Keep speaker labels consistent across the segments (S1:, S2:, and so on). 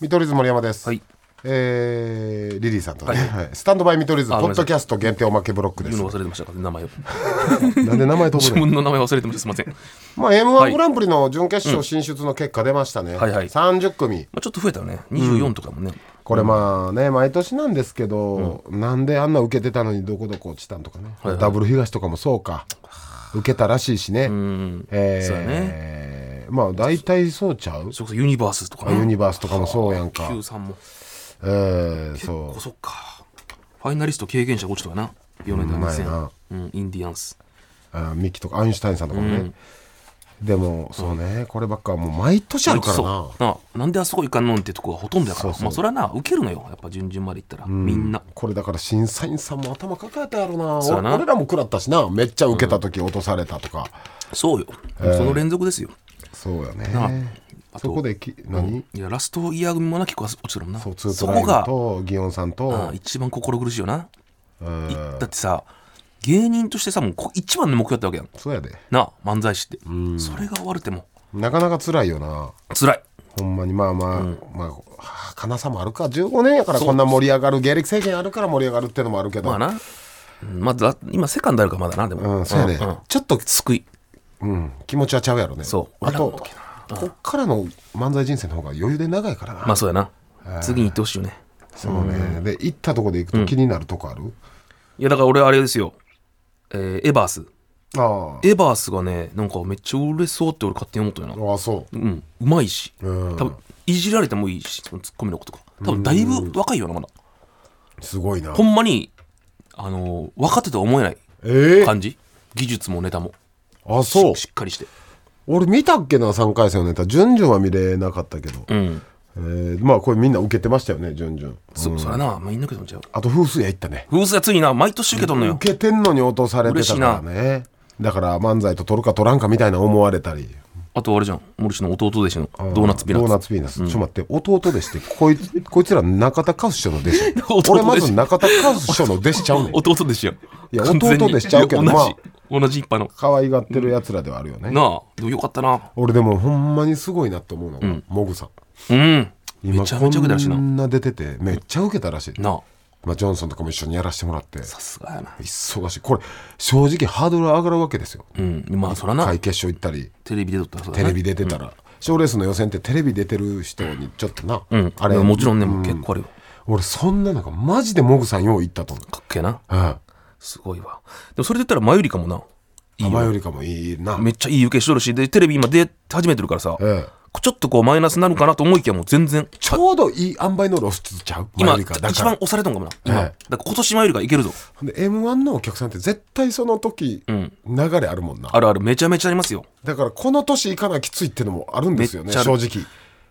S1: 見取り図森山です、
S2: はい
S1: えーリリーさんとね、はいスタンドバイ見取り図ポ
S2: あごめ
S1: ッ
S2: んなさ
S1: ド
S2: い
S1: キャスト限定おまけブロックで
S2: 言う
S1: す
S2: の忘れてましたか名 前を
S1: なんで名前と
S2: 自
S1: 覚え
S2: 分の名前忘れてましたすいませ ん、ま
S1: まあ m
S2: は
S1: 1
S2: い
S1: グランプリの準決勝進出の結果出ましたね、
S2: はいはい
S1: 30組
S2: あ、ちょっと増えたよね24とかもね、
S1: これまあね毎年なんですけど、なんであんな受けてたのにどこどこ落ちたんとかね、
S2: はいはい
S1: ダブル東とかもそうか受けたらしいしね、
S2: うん
S1: えー
S2: そうやね
S1: まあ大体そうちゃう
S2: それこそユニバースとか
S1: ユ
S2: ね
S1: ニバースとかもそうやんか
S2: Q さんも
S1: えー、そ
S2: おそっかファイナリスト経験者5ちとかな4年代
S1: うまい
S2: 戦
S1: な
S2: うんインディアンス
S1: うあミキとかアインシュタインさんとかもね、でもそうね、こればっかはもう毎年あるからな
S2: そうなあなんであそこ行かんのんってとこがほとんどやから
S1: そうそう
S2: まあ、それはな受けるのよやっぱ順々まで行ったら、みんな
S1: これだから審査員さんも頭抱えたやろな
S2: そうやな
S1: お俺らも食らったしなめっちゃ受けた時落とされたとか、
S2: そうよ、その連続ですよ
S1: そうや
S2: なあ
S1: ね
S2: あと
S1: そこでき何、
S2: いやラストイヤー組もな結構落ちてるもんな
S1: そうツー
S2: そ
S1: トライ
S2: こ
S1: ブ
S2: が
S1: と祇園さん
S2: あ
S1: と
S2: あ一番心苦しいよな
S1: うん
S2: いだってさ芸人としてさもうこ一番の目標やったわけやん
S1: そうやで
S2: なあ漫才師ってそれが終わるっても
S1: なかなか辛いよな
S2: 辛い
S1: ほんまにまあまあ、まあはあ悲さもあるか15年やからこんな盛り上がる芸歴制限あるから盛り上がるってのもあるけど、
S2: まあな、うんまあだ今セカンドあるからまだなでも、
S1: うんそうやね、
S2: ん
S1: ちょっと、
S2: 救い
S1: うん、気持ちはちゃうやろね
S2: そう
S1: あ
S2: 俺らの
S1: と
S2: 時
S1: こっからの漫才人生の方が余裕で長いからな、
S2: まあそうやな、次に行ってほしいよね
S1: そうねで行ったとこで行くと気になるとこある、
S2: いやだから俺あれですよ、えーエバース
S1: あ
S2: エバースがねなんかめっちゃ売れそうって俺勝手に思ったよな
S1: あああそううん
S2: うまいし多
S1: うん
S2: 分いじられてもいいしそのツッコミのことか多分だいぶ若いよなまだ
S1: すごいな
S2: ほんまにあのー若手とは思えない
S1: ええ
S2: 感じ技術もネタも
S1: あそう
S2: ししっかりして
S1: 俺見たっけな3回戦のネタ順々は見れなかったけど、
S2: うん
S1: えーまあこれみんな受けてましたよね順々
S2: そそらなみんなけどもちゃう
S1: あと風水屋行ったね
S2: 風船ついな毎年受けとんのよ
S1: 受けてんのに落とされてたからねだから漫才と取るか取らんかみたいな思われたり
S2: あとあれじゃん森氏の弟弟子のドーナツピーナ
S1: ドー
S2: ッ
S1: ナツピーナッツ、ちょっと待って弟でしてこいつこいつら中田カウス師匠の弟
S2: 弟弟
S1: 子
S2: 子
S1: 俺まず中田カウス師匠の弟子ちゃう ねん
S2: 弟弟子やん
S1: いや
S2: 完全に
S1: 弟弟子ちゃうけど
S2: い
S1: ま
S2: や同
S1: あ
S2: じ同じ一派の
S1: 可愛がってるやつらではあるよね、
S2: なあでもよかったな
S1: 俺でもほんまにすごいなって思うのが、モグさん
S2: うんめ
S1: 今
S2: ちゃめちゃ受けたらしい
S1: こ
S2: なん
S1: な出ててめっちゃ受けたらしい、
S2: なあ
S1: まあ、ジョンソンとかも一緒にやらせてもらって
S2: さすがやな
S1: 忙しいこれ正直ハードル上がるわけですよ
S2: うんまあそらな
S1: 会決勝行ったり
S2: テレビで撮ったらそうだ
S1: テ
S2: な
S1: レビ出てたら賞、レースの予選ってテレビ出てる人にちょっとな、
S2: うん
S1: あ
S2: あ
S1: れ
S2: れもちろんねもう結構あるよ
S1: 俺そんなのがマジでモグさんよう行ったと思う
S2: かっけえな
S1: うん
S2: すごいわでもそれで言ったらマユリカもな
S1: 甘よりかもいいな
S2: めっちゃいい受けしとるしでテレビ今出始めてるからさ
S1: ええ
S2: ちょっとこうマイナスになるかなと思いきやもう全然
S1: ちょうどいい塩梅の露出ちゃう前
S2: 今
S1: よりかだ
S2: 一
S1: から
S2: 番押されたんかもな今、
S1: ええ
S2: だから今年マユリカいけるぞ
S1: で m 1のお客さんって絶対その時、流れあるもんな
S2: あるあるめちゃめちゃありますよ
S1: だからこの年行かなきついってのもあるんですよね
S2: めっちゃあ
S1: 正
S2: る
S1: 直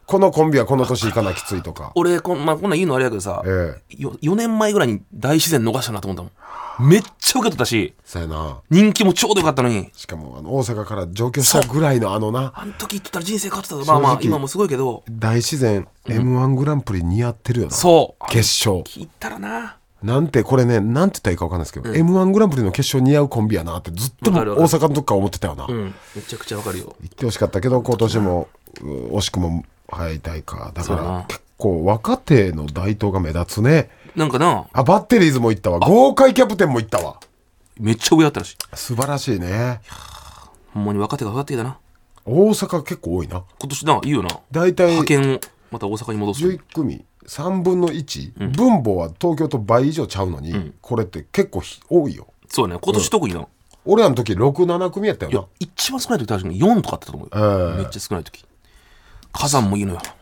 S1: このコンビはこの年行かなきついとか
S2: 俺こん,、まあ、こんなん言うのあれやけどさ、
S1: え
S2: よ4年前ぐらいに大自然逃したなと思ったもんめっちゃ受けとったし
S1: さやな
S2: 人気もちょうどよかったのに
S1: しかもあの大阪から上京したぐらいのあのな
S2: あの時言っとったら人生変わってたぞまあまあ
S1: 正直
S2: 今もすごいけど
S1: 大自然 m 1グランプリ似合ってるよな、
S2: そう
S1: 決勝
S2: 聞いたらな
S1: なんてこれねなんて言ったらいいか分かんないですけど、m 1グランプリの決勝似合うコンビやなってずっと
S2: わ
S1: 大
S2: かるわか
S1: 阪の時から思ってたよな、
S2: うんめちゃくちゃわかるよ
S1: 行ってほしかったけど今年もう惜しくも敗退かだか
S2: そうや
S1: ら
S2: な
S1: 結構若手の台頭が目立つね
S2: なんかな
S1: あバッテリーズも行ったわ豪快キャプテンも行ったわ
S2: めっちゃ上だったらしい
S1: 素晴らしいね
S2: ほんまに若手が上がってきたな
S1: 大阪結構多いな
S2: 今年ないいよな
S1: 大体
S2: 派遣をまた大阪に戻す
S1: 11組3分の1、分母は東京と倍以上ちゃうのに、これって結構ひ多いよ
S2: そうやね今年特にな、
S1: 俺らの時67組やった
S2: いや
S1: よ
S2: 一番少ない時確かに4とかあったと思うよ、
S1: ええ
S2: めっちゃ少ない時火山もいいのよ
S1: な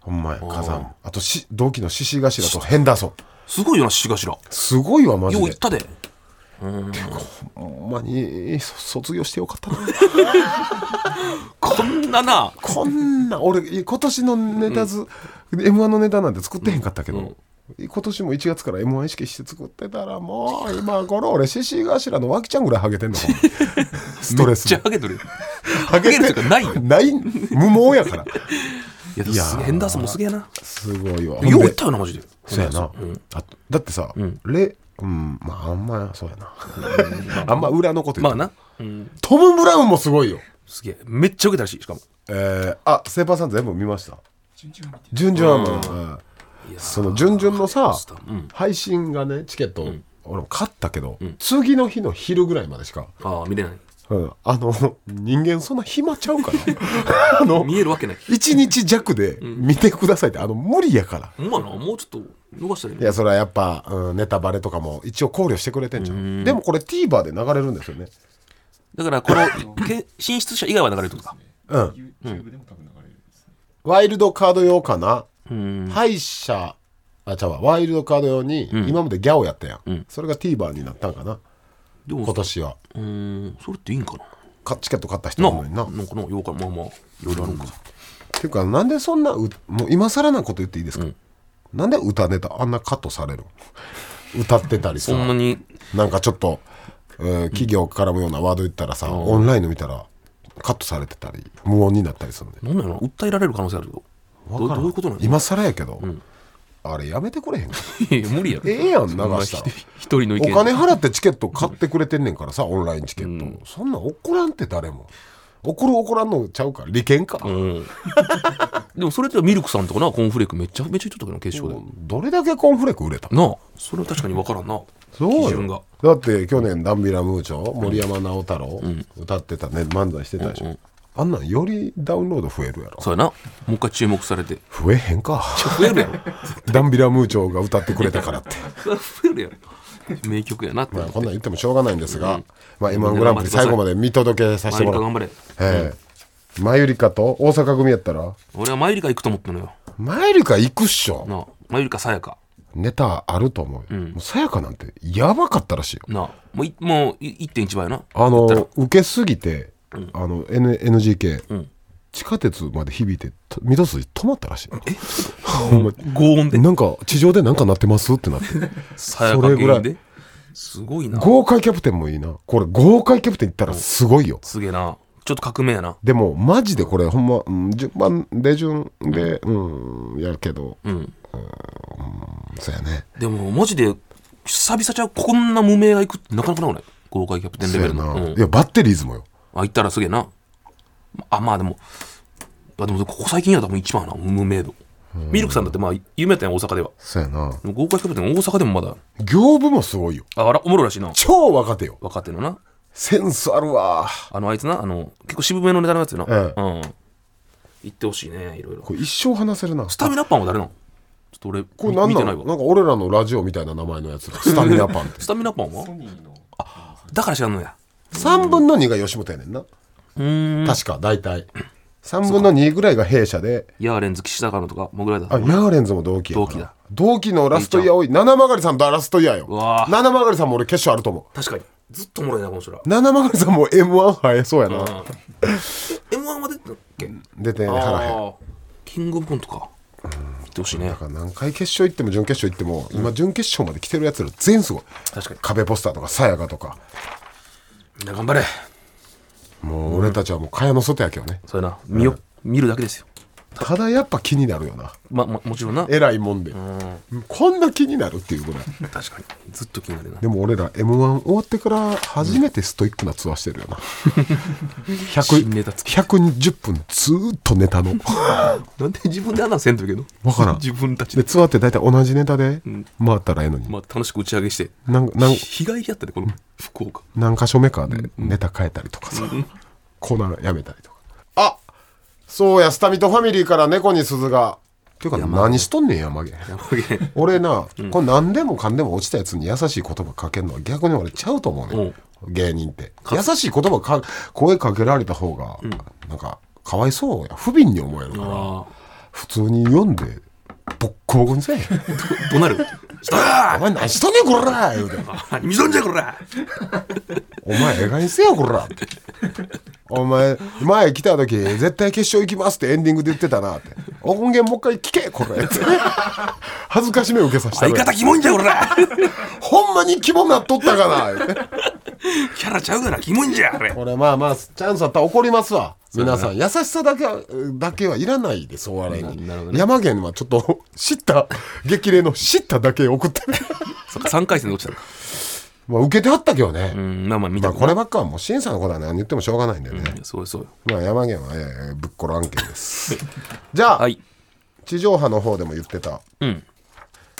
S1: ほんまや火山あとし同期の獅子頭とヘンダーソン
S2: すごいよな獅子頭よ
S1: すごいわマ
S2: う
S1: ジ
S2: 行
S1: で
S2: ったで
S1: ほんまにそ卒業してよかったな
S2: こんなな
S1: こんな 俺今年のネタ図、m 1のネタなんて作ってへんかったけど、今年も1月から m 1意識して作ってたらもう今頃俺獅子頭の脇ちゃんぐらいハゲてんの かもストレス
S2: めっち
S1: で
S2: ゃハゲとるよ
S1: ハ
S2: ハゲるとかないよ
S1: ない無毛やから
S2: いやでも
S1: いやー
S2: すげえヘンダーソンもすげえなよ
S1: すごいわ
S2: う行ったよなマジで
S1: そうやな、あだってさ、レうんまああんまそうやなあんま裏のこと言
S2: ま
S1: っ
S2: あ
S1: て、
S2: な、うん、
S1: トム・ブラウンもすごいよ
S2: すげえめっちゃ受けたらしいしかも
S1: えー、あセーパーさん全部見ました順々アマン、うん
S2: いやー
S1: その順々のさ
S2: うん
S1: 配信がねチケット、俺も買ったけど、
S2: ん
S1: 次の日の昼ぐらいまでしか、
S2: ああ見れない
S1: うんあの人間そんな暇ちゃ うからあの
S2: 見えるわけない
S1: 1日弱で見てくださいってあの無理やから
S2: ほんまなもうちょっと逃したらいい
S1: い
S2: の
S1: やそれはやっぱ、うん、ネタバレとかも一応考慮してくれてんじゃんでもこれ TVer で流れるんですよね
S2: だからこのけ進出者以外は流れるってことか
S1: うん、
S3: YouTube でも多分流れるですね。
S1: ワイルドカード用かな、
S2: うん
S1: 敗者あちゃうわワイルドカード用に今までギャオやったやん、
S2: ん
S1: それが TVer になったんかな
S2: でも
S1: 今年は
S2: うんそれっていいんかな
S1: かチケット買った人
S2: な
S1: な
S2: あ
S1: のにな
S2: なんかなようかまあまあいろいろあるんか
S1: ていうかなんでそんなうもう今更なこと言っていいですか、
S2: うん
S1: なんで歌ネタあんなカットされるの 歌ってたりさ
S2: そんなに
S1: なんかちょっと、えー企業絡むようなワード言ったらさ、オンラインの見たらカットされてたり無音になったりするんで
S2: なんだろうな訴えられる可能性あるよどうどういうことなの
S1: 今更やけど、
S2: ん
S1: あれやめてくれへんか
S2: いや無理やろ
S1: ええやん流したら
S2: そな一人一人の意
S1: お
S2: 見
S1: 金払ってチケット買ってくれてんねんからさオンラインチケット、そんなん怒らんって誰も怒る怒らんのちゃうか利権か、
S2: うんでもそれってミルクさんとかなコーンフレークめっちゃめちゃ言っとったけどな決勝で
S1: どれだけコーンフレーク売れた
S2: なあそれは確かに分からんな
S1: そう
S2: 基準が
S1: よだって去年ダンビラムーチョ森山直太朗、歌ってたね漫才してたでしょ、あんなんよりダウンロード増えるやろ
S2: そうやなもう一回注目されて
S1: 増えへん か
S2: 増えるやろ
S1: ダンビラムーチョが歌ってくれたからって
S2: それは増えるやろ名曲やなって
S1: まあ
S2: 思って
S1: こんなん言ってもしょうがないんですが、まあ、M−1 グランプリ最後まで見届けさせ
S2: マ
S1: て
S2: ユ
S1: も
S2: リ
S1: らう
S2: カ頑張れ
S1: ええマユリカと大阪組やったら
S2: 俺はマユリカ行くと思ったのよ
S1: マユリカ行くっしょ
S2: なあマユリカさやか
S1: ネタあると思うよもうさやかなんてやばかったらしいよ
S2: なあもういもうい1.1倍やな
S1: あ
S2: 言った
S1: の受けすぎて、あの N NGK、
S2: ん
S1: 地下鉄まで響いてと水道水止まったらしい え
S2: ら強音で
S1: なんか地上でなんか鳴ってますってなって
S2: さやか
S1: それぐらい
S2: 原因ですごいな
S1: 豪快キャプテンもいいなこれ豪快キャプテン行ったらすごいよ、
S2: すげえなちょっと革命やな
S1: でもマジでこれほんま、うん、順番で順でうん、やるけど、
S2: うん
S1: そうやね
S2: でもマジで久々ちゃうこんな無名が行くってなかなかなくない豪快キャプテンレ
S1: そう
S2: ベ
S1: や
S2: ル
S1: な、
S2: の、うん
S1: いやバッテリーズもよ
S2: あ行ったらすげえなあまあでもあでもここ最近やったらもう一番やな無名度ミルクさんだってまあ有名やったやん大阪では
S1: そうやな
S2: でも豪快キャプテン大阪でもまだ
S1: 行部もすごいよ
S2: ああらおもろいらしいな
S1: 超若手よ
S2: 若手のな
S1: センスあるわ
S2: あのあいつなあの結構渋めのネタのやつやな
S1: ええ
S2: うん行ってほしいねいろいろ
S1: これ一生話せるな
S2: スタミナパンは誰なのちょっと俺
S1: これ何
S2: 見
S1: な
S2: てな
S1: のな
S2: い
S1: ん
S2: わ
S1: か俺らのラジオみたいな名前のやつ だスタミナパンって
S2: スタミナパンは
S3: ソニーの
S2: だから知らんのや
S1: 3分の2が吉本やねんな
S2: うーん
S1: 確か大体3分の2ぐらいが弊社で
S2: ヤーレンズ岸高野とかモグライダー
S1: あ
S2: と
S1: ヤ
S2: か
S1: ーレンズも同期やから
S2: 同期だ
S1: 同期のラストイヤー多い七曲さんとラストイヤー
S2: う
S1: よ
S2: わ
S1: 七曲さんも俺決勝あると思
S2: 確かにずっとおもろいなこの人ら
S1: う七曲さんも m 1生えそうやな
S2: M1 は出てたっけ
S1: 出てはらへん
S2: あーキングオブコントか見てほしいね
S1: だから何回決勝行っても準決勝行っても今準決勝まで来てるやつら全員すごい
S2: 確かに
S1: 壁ポスターとかさやかとか
S2: みんな頑張れ
S1: もう俺たちはもう蚊帳の外やけどね
S2: それな見よ、見るだけですよ
S1: ただやっぱ気になるよな
S2: ままもちろんな
S1: えらいもんでこんな気になるっていうぐらい
S2: 確かにずっと気になるな
S1: でも俺ら m 1終わってから初めてストイックなツアーしてるよな
S2: 新ネタつき
S1: 120分ずーっとネ タの
S2: なんで自分であんなんせんといけど
S1: わからん
S2: 自分たち
S1: で
S2: で、
S1: ツアーって大体同じネタで回ったらええのに
S2: まあ、楽しく打ち上げして
S1: なんなん
S2: 被害やったでこの前福 岡
S1: 何か所目かでネタ変えたりとかさコーナーやめたりとかあそうやスタミトファミリーから猫に鈴がていうか何しとんねんやマゲ
S2: 山毛
S1: 俺な、これ何でもかんでも落ちたやつに優しい言葉かけるのは逆に俺ちゃうと思うね、芸人って優しい言葉か声かけられた方が、なんかかわいそうや不憫に思えるから
S2: あ
S1: 普通に読んでボッコボコに せえ
S2: あどなるしたら
S1: お前何しとんねんこら言うて
S2: 見損じゃこら
S1: お前ええかにせよこらってお前前来た時絶対決勝行きますってエンディングで言ってたなって音源もう一回聞けこれって恥ずかしめ受けさせた
S2: 相
S1: る
S2: 方キモいんじゃこら
S1: ほんまに肝なっとったかな言うて
S2: キャラちゃうがなキモいんじゃあれ
S1: これまあまあチャンスあったら怒りますわ皆さん優しさだけはだけはいらないですお笑いに、
S2: ななるほど
S1: 山源はちょっと知った激励の知っただけ送って
S2: そっか3回戦で落ちたのか
S1: まあ受けてはったけどね、
S2: うんまあまあ見
S1: ま
S2: た
S1: あこればっかはもう審査のことは何言ってもしょうがないんでね、
S2: そうそうよ
S1: まあ山源は、ええぶっこらんけんです じゃあ、
S2: はい
S1: 地上波の方でも言ってた
S2: うん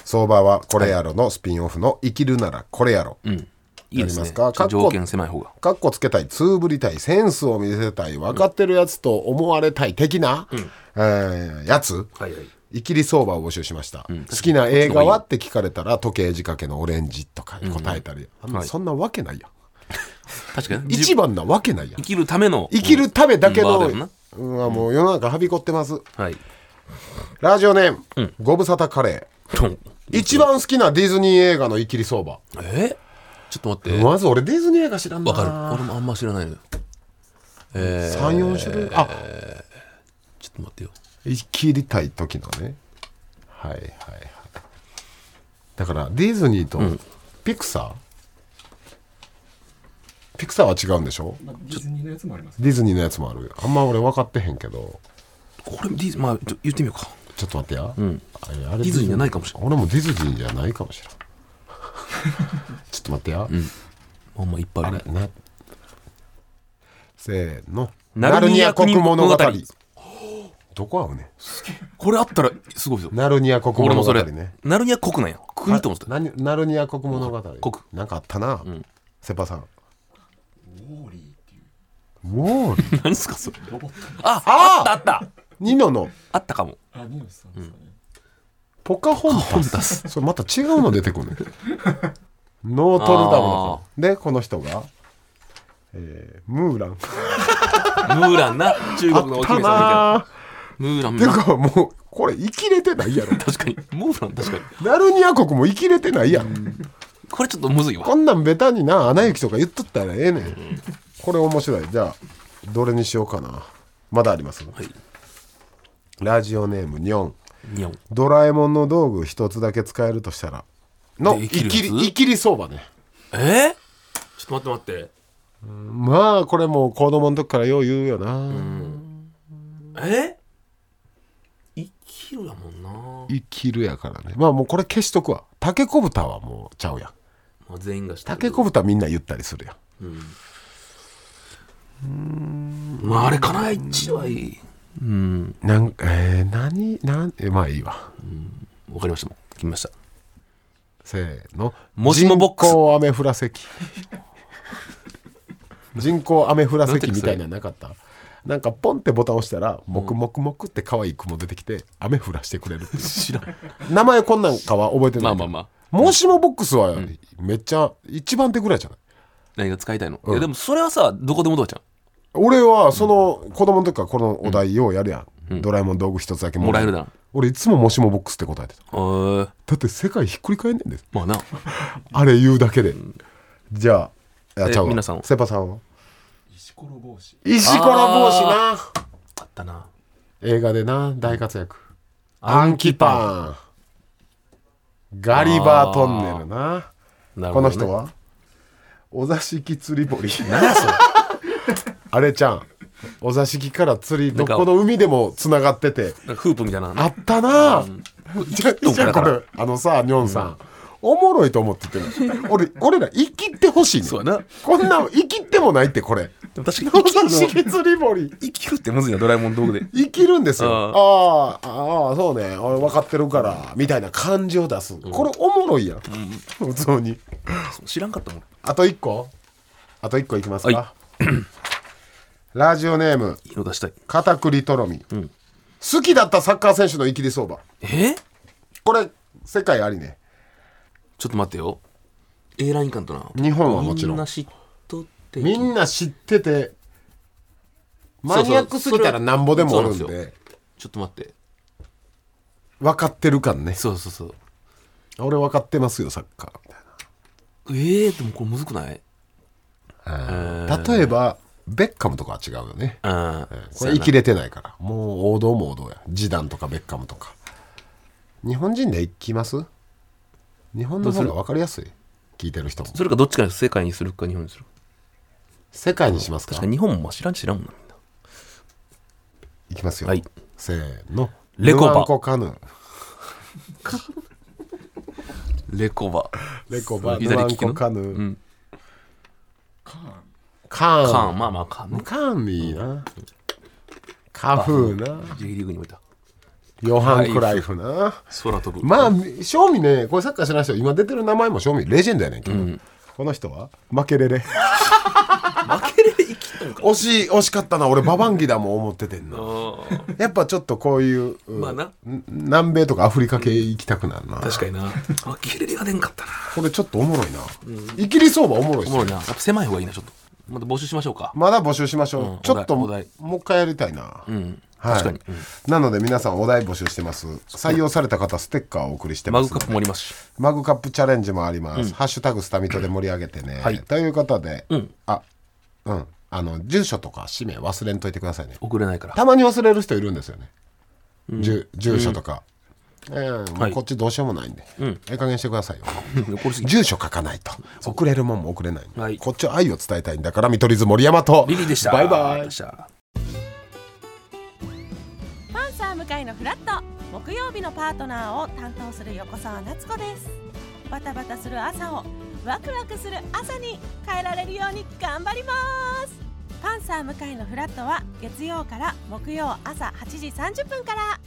S1: 相場はこれやろのスピンオフの生きるならこれやろ、
S2: うんいいです
S1: やりま
S2: ね
S1: すかかっこ
S2: 条件狭い方が
S1: かっこつけたい、つぶりたい、センスを見せたい、分かってるやつと思われたい的な、えーやつ、
S2: はいはい
S1: イキリ相場を募集しました、好きな映画はって聞かれたら、時計仕掛けのオレンジとか答えたり、あんな
S2: はい
S1: そんなわけないやん、
S2: 確かに
S1: 一番なわけないやん
S2: 生、きるための
S1: 生きるためだけの、
S2: う
S1: うん
S2: バーだよ
S1: んあもう世の中はびこってます。
S2: はい
S1: ラジオネーム、ご無沙汰カレ
S2: トン
S1: ー、一番好きなディズニー映画のイキリ相場。
S2: えちょっと待って
S1: まず俺ディズニー映画知らんな
S2: わかる俺もあんま知らないのよえー、
S1: 3、4種類。あ
S2: ちょっと待ってよ
S1: 生きりたい時のねはいはいはいだからディズニーとピクサー、ピクサーは違うんでしょ
S3: まあ、ディズニーのやつもありますけ
S1: ディズニーのやつもあるあんま俺分かってへんけど
S2: これディズまあちょ言ってみようか
S1: ちょっと待ってや、あれあれ
S2: ディズニーじゃないかもしれ
S1: ない俺もディズニーじゃないかもしれん ちょっと待ってや、
S2: まあまあいっぱいあるね
S1: なせーの
S2: ナルニア国物語
S1: どこ合うね
S2: これあったらすごいぞ
S1: ナルニア国
S2: 俺も
S1: 物
S2: そ
S1: 語
S2: れ
S1: ね
S2: ナルニア国なんや国と思ってた
S1: 何ナルニア国物語
S2: 国
S1: なんかあったな、セパさん
S3: ど、ウォーリーっていう
S1: ウォーリー
S2: 何ですかそれ
S3: ロボットの。
S2: ああったあった
S1: ニノの
S2: あったかも
S3: あ、ニュースさんですかね。
S1: ポカホンタス
S2: ホンタス
S1: それまた違うの出てくるねノートルダムの子でこの人が、えームー ラン
S2: ムーランな中国のお姫様みたいな
S1: あっ
S2: ムーラン
S1: たな
S2: な
S1: てかもうこれ生きれてないやろ
S2: 確かにムーラン確かに
S1: ナルニア国も生きれてないやろ
S2: これちょっとむずいわ
S1: こんなんベタになアナ雪とか言っとったらええねんこれ面白いじゃあどれにしようかなまだあります、
S2: い
S1: ラジオネームニョン
S2: 日本
S1: ドラえもんの道具一つだけ使えるとしたらの
S2: で
S1: い
S2: 生きるやつ
S1: きりいきり相場ね
S2: えー、ちょっと待って待って
S1: まあこれもう子供の時からよう言うよな、
S2: え生きるやもんな、
S1: 生きるやからねまあもうこれ消しとくわタケコブタはもうちゃうやん
S2: まあ、全員が知って
S1: タ
S2: る
S1: ケコブタみんな言ったりするやん
S2: まああれかな一度はいいうん
S1: なんかえー、何なんえまあいいわ
S2: わかりましたもう決めました
S1: せーの
S2: もしもボックス
S1: 人工雨降らせ 機人工雨降らせ機みたいなのなかったなんかポンってボタン押したら「もくもくもく」って可愛い雲出てきて雨降らしてくれるっていう
S2: 知らん
S1: 名前こんなんかは覚えてない
S2: まあまあまあ
S1: もしもボックスはめっちゃ一番手ぐらいじゃない
S2: 何が使いたいの、いやでもそれはさどこでもどうちゃ
S1: 俺はその子供の時からこのお題をやるやん、ドラえもん道具一つだけ
S2: んもらえるだろ
S1: 俺いつももしもボックスって答えてた
S2: えー、
S1: だって世界ひっくり返んねんで
S2: まあな
S1: あれ言うだけでじゃあいや
S2: え
S1: ちゃうわ
S2: 皆さんは
S1: セパさんは
S3: 石ころ帽子。
S1: 石ころ帽子な
S2: あったな
S1: 映画でな大活躍アンキパンガリバートンネルな
S2: なる
S1: こ
S2: ほど
S1: の
S2: ね
S1: 人はお座敷釣り堀
S2: 何やそれ
S1: あれちゃんお座敷から釣りどこの海でもつながってて
S2: なんかフープみたいな
S1: あったなあ、じゃ
S2: ん
S1: じゃあこれあのさニョンさん、おもろいと思ってて俺俺ら生きってほしいねん
S2: そうやなで
S1: こんなん生きってもないってこれ
S2: も確か
S1: お
S2: に
S1: 座
S2: 生きる
S1: 敷釣り堀
S2: 生きるってむずいなドラえもん道具で
S1: 生きるんですよ
S2: あ
S1: ああああそうね俺分かってるからみたいな感じを出すこれおもろいやん、普通に
S2: 知らんかったもん
S1: あと1個あと1個いきますか、
S2: は
S1: ラジオネーム
S2: いいの出したい
S1: 片栗とろみ、好きだったサッカー選手の生きり相場
S2: えー、
S1: これ世界ありね
S2: ちょっと待ってよ A ライン感とな
S1: 日本はもちろん
S2: みんな知っとって
S1: みんな知っててマニアックすぎたらなんぼでもおるん
S2: そうなん
S1: で
S2: ちょっと待って
S1: 分かってる感ね
S2: そうそうそう
S1: 俺分かってますよサッカーみたい
S2: ええー、でもこれむずくない
S1: な例えばベッカムとかは違うよね
S2: うん
S1: これ生きれてないからもう王道も王道やジダンとかベッカムとか日本人で行きます日本の方が分かりやすい聞いてる人も
S2: それかどっちか世界にするか日本にするか
S1: 世界にしますか
S2: 確かに日本も知らん知らんもんなみんない
S1: きますよ、
S2: はい
S1: せーの
S2: レコバ
S1: ヌアンコカヌー
S2: レコバ
S1: レコバ
S2: 左
S1: ヌア
S2: 利
S1: ン
S2: きの
S1: コカヌー、
S2: うん
S3: カーン。
S1: カーン
S2: カーンまあまあカーンね
S1: カーンでいいなカフーな
S2: J リーグにもいた
S1: ヨハン・クライフな
S2: 空飛ぶ。
S1: まあ正味ねこれサッカー知らない人今出てる名前も正味レジェンドやねんけど、
S2: うん
S1: この人は負けれれ
S2: 負けれ 生きとるか。
S1: 惜しい惜しかったな俺ババンギだもん思っててんな
S2: あー
S1: やっぱちょっとこういう、うん
S2: まあな
S1: 南米とかアフリカ系行きたくなるな
S2: 確かにな。負けれが出んかったな。
S1: これちょっとおもろいな、イギリスオーバーおもろい
S2: お
S1: し
S2: もろいな。やっぱ狭い方がいいな、ちょっと。また募集しましょうか。
S1: まだ募集しましょう、
S2: うん
S1: ちょっと
S2: お
S1: も
S2: 題
S1: う一回やりたいな、
S2: うん。
S1: はい
S2: 確かに。うん
S1: なので皆さんお題募集してます採用された方ステッカーをお送りして
S2: マ
S1: ま
S2: グ
S1: す
S2: カップもありますし。
S1: マグカップチャレンジもあります、ハッシュタグスタミトで盛り上げてね、
S2: はい
S1: ということで、
S2: うん
S1: あうんあの住所とか氏名忘れんといてくださいね
S2: 送れないから。
S1: たまに忘れる人いるんですよね、住住所とか、ええも
S2: は
S1: う
S2: い
S1: こっちどうしようもないんで、
S2: ん
S1: ええ加減してくださいよ
S2: 怒りすぎ。
S1: 住所書かないと送れるもんも送れない、
S2: はい
S1: こっちは愛を伝えたいんだから見取り図森山と
S2: リリーでした。
S1: バイバイ
S2: でした
S4: パンサー向かいのフラット木曜日のパートナーを担当する横澤夏子ですバタバタする朝をワクワクする朝に変えられるように頑張りますパンサー向かいのフラットは月曜から木曜朝8時30分から